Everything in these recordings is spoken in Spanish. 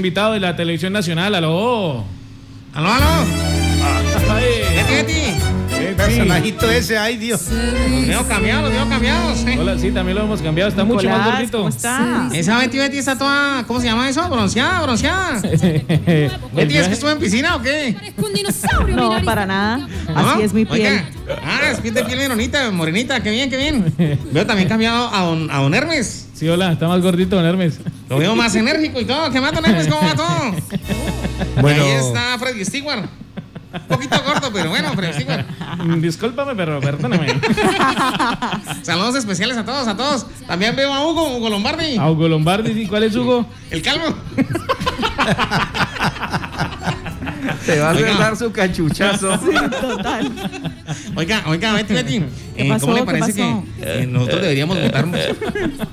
invitado de la televisión nacional, aló. ¡Aló, aló! ¡Yeti, Yeti! Este Yeti. Personajito ese, ay Dios. Los veo cambiados, los veo cambiados. eh. Hola, sí, también lo hemos cambiado, está mucho más Nicolás, gordito. ¿Cómo está? Esa Betty Betty está toda, ¿cómo se llama eso? Bronceada, bronceada. El Betty, ¿es que traje- estuvo en piscina o qué? Parezco un dinosaurio, mi No, nariz. para nada. ¿No? Así es mi piel. Oiga. Ah, es piel de piel meronita, morenita, qué bien, qué bien. Veo también cambiado a don, a don Hermes. Sí, hola, está más gordito, don Hermes. Lo veo más enérgico y todo. ¿Qué más, don Hermes? ¿Cómo va todo? Bueno. Ahí está Freddy Stewart. Un poquito corto, pero bueno, Freddy Stewart. Mm, Discúlpame, pero perdóname. Saludos especiales a todos, a todos. También veo a Hugo, Hugo Lombardi. A Hugo Lombardi, sí, ¿cuál es Hugo? El calvo. Te va a Oiga. cerrar su cachuchazo. Total. Oiga, oiga, Betty, Betty. ¿Qué eh, pasó? ¿Cómo le ¿Qué parece que pasó? eh, nosotros deberíamos votar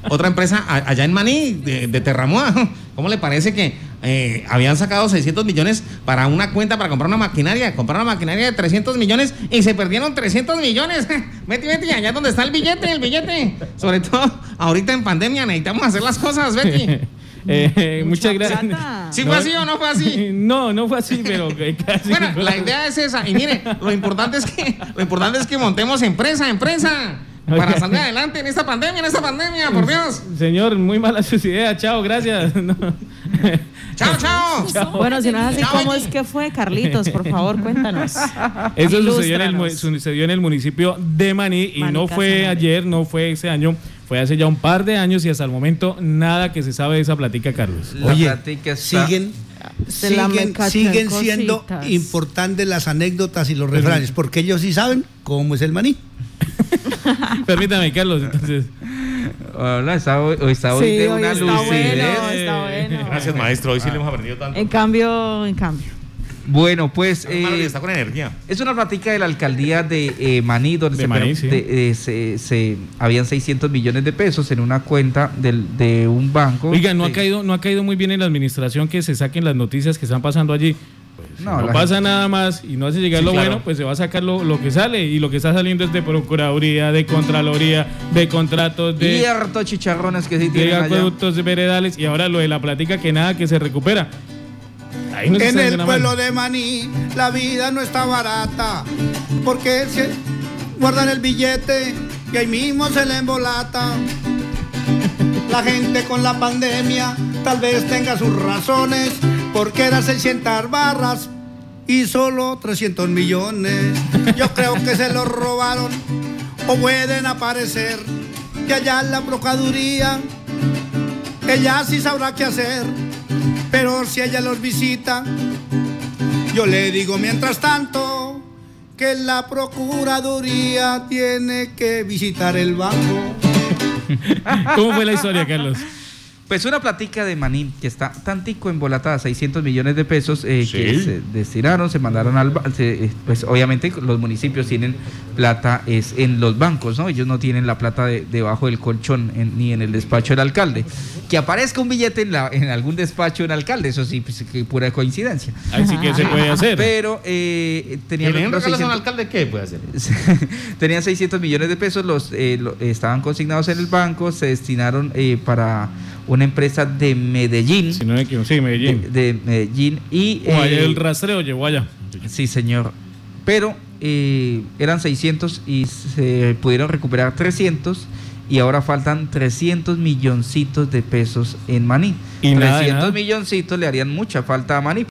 otra empresa a- allá en Maní, de, de Terramoa? ¿Cómo le parece que eh, habían sacado 600 millones para una cuenta para comprar una maquinaria? Comprar una maquinaria de 300 millones y se perdieron 300 millones. Betty, Betty, allá donde está el billete, el billete. Sobre todo ahorita en pandemia necesitamos hacer las cosas, Betty. Eh, eh, muchas gracias. plata. ¿Sí fue así o no fue así? No, no fue así, pero que casi. Bueno, la idea es esa. Y mire, lo importante es que, lo importante es que montemos empresa, empresa. Para Ok. salir adelante en esta pandemia, en esta pandemia, por Dios. Señor, muy malas sus ideas, chao, gracias. No. Chao, chao. Bueno, si no es así, Chao, ¿cómo Betty. es que fue, Carlitos? Por favor, cuéntanos. Eso sucedió en, el, mu- Ilústranos. sucedió en el municipio de Maní y Maní, no fue Casanare. ayer, no fue ese año, fue hace ya un par de años y hasta el momento nada que se sabe de esa platica, Carlos. La Oye, plática está- siguen, Se la me siguen, cachan siguen siendo cositas. importantes las anécdotas y los refranes, porque ellos sí saben cómo es el maní. Permítame, Carlos, entonces. Hola, está hoy, hoy está hoy Sí, de hoy una está lucidez. bueno, está bueno. Gracias, maestro. Hoy sí le hemos aprendido tanto. En cambio, en cambio. Bueno, pues eh, está con energía. es una plática de la alcaldía de eh, Maní, donde De se, Maní, per- sí. de- eh, se- se- habían 600 millones de pesos en una cuenta del- de un banco. Oiga, no ha Eh, caído, no ha caído muy bien en la administración que se saquen las noticias que están pasando allí. No, no la pasa nada más y no hace llegar Sí, lo claro. bueno, pues se va a sacar lo, lo que sale y lo que está saliendo es de procuraduría, de contraloría, de contratos, gente- de, Cierto chicharrones que sí de tienen allá. acueductos, de veredales y ahora lo de la platica que nada que se recupera. Ahí no se En sabe el nada pueblo más. de Maní la vida no está barata, porque se guardan el billete y ahí mismo se le embolata. La gente con la pandemia tal vez tenga sus razones, porque eran 600 barras y solo 300 millones. Yo creo que se los robaron o pueden aparecer, que allá en la brocaduría ella sí sabrá qué hacer, pero si ella los visita, yo le digo mientras tanto que la Procuraduría tiene que visitar el banco. ¿Cómo fue la historia, Carlos? Pues una platica de maní que está tantico embolatada, 600 millones de pesos eh, que se destinaron, se mandaron al ba- se, eh, pues obviamente los municipios tienen plata es en los bancos, ¿no? Ellos no tienen la plata de- debajo del colchón en- ni en el despacho del alcalde. Que aparezca un billete en, la, en algún despacho del alcalde, eso sí, pues, que pura coincidencia. Ahí sí que se puede hacer. Ah, Pero eh, tenían los un 600 alcalde qué puede hacer? tenían 600 millones de pesos, los eh, lo- estaban consignados en el banco, se destinaron eh, para una empresa de Medellín. Si no me equivoco, sí, Medellín. De, de Medellín y... O allá eh, el rastreo llegó allá. sí, señor. Pero eh, eran 600 y se pudieron recuperar 300 y ahora faltan 300 milloncitos de pesos en Maní. Y nada de 300 nada. milloncitos le harían mucha falta a Maní.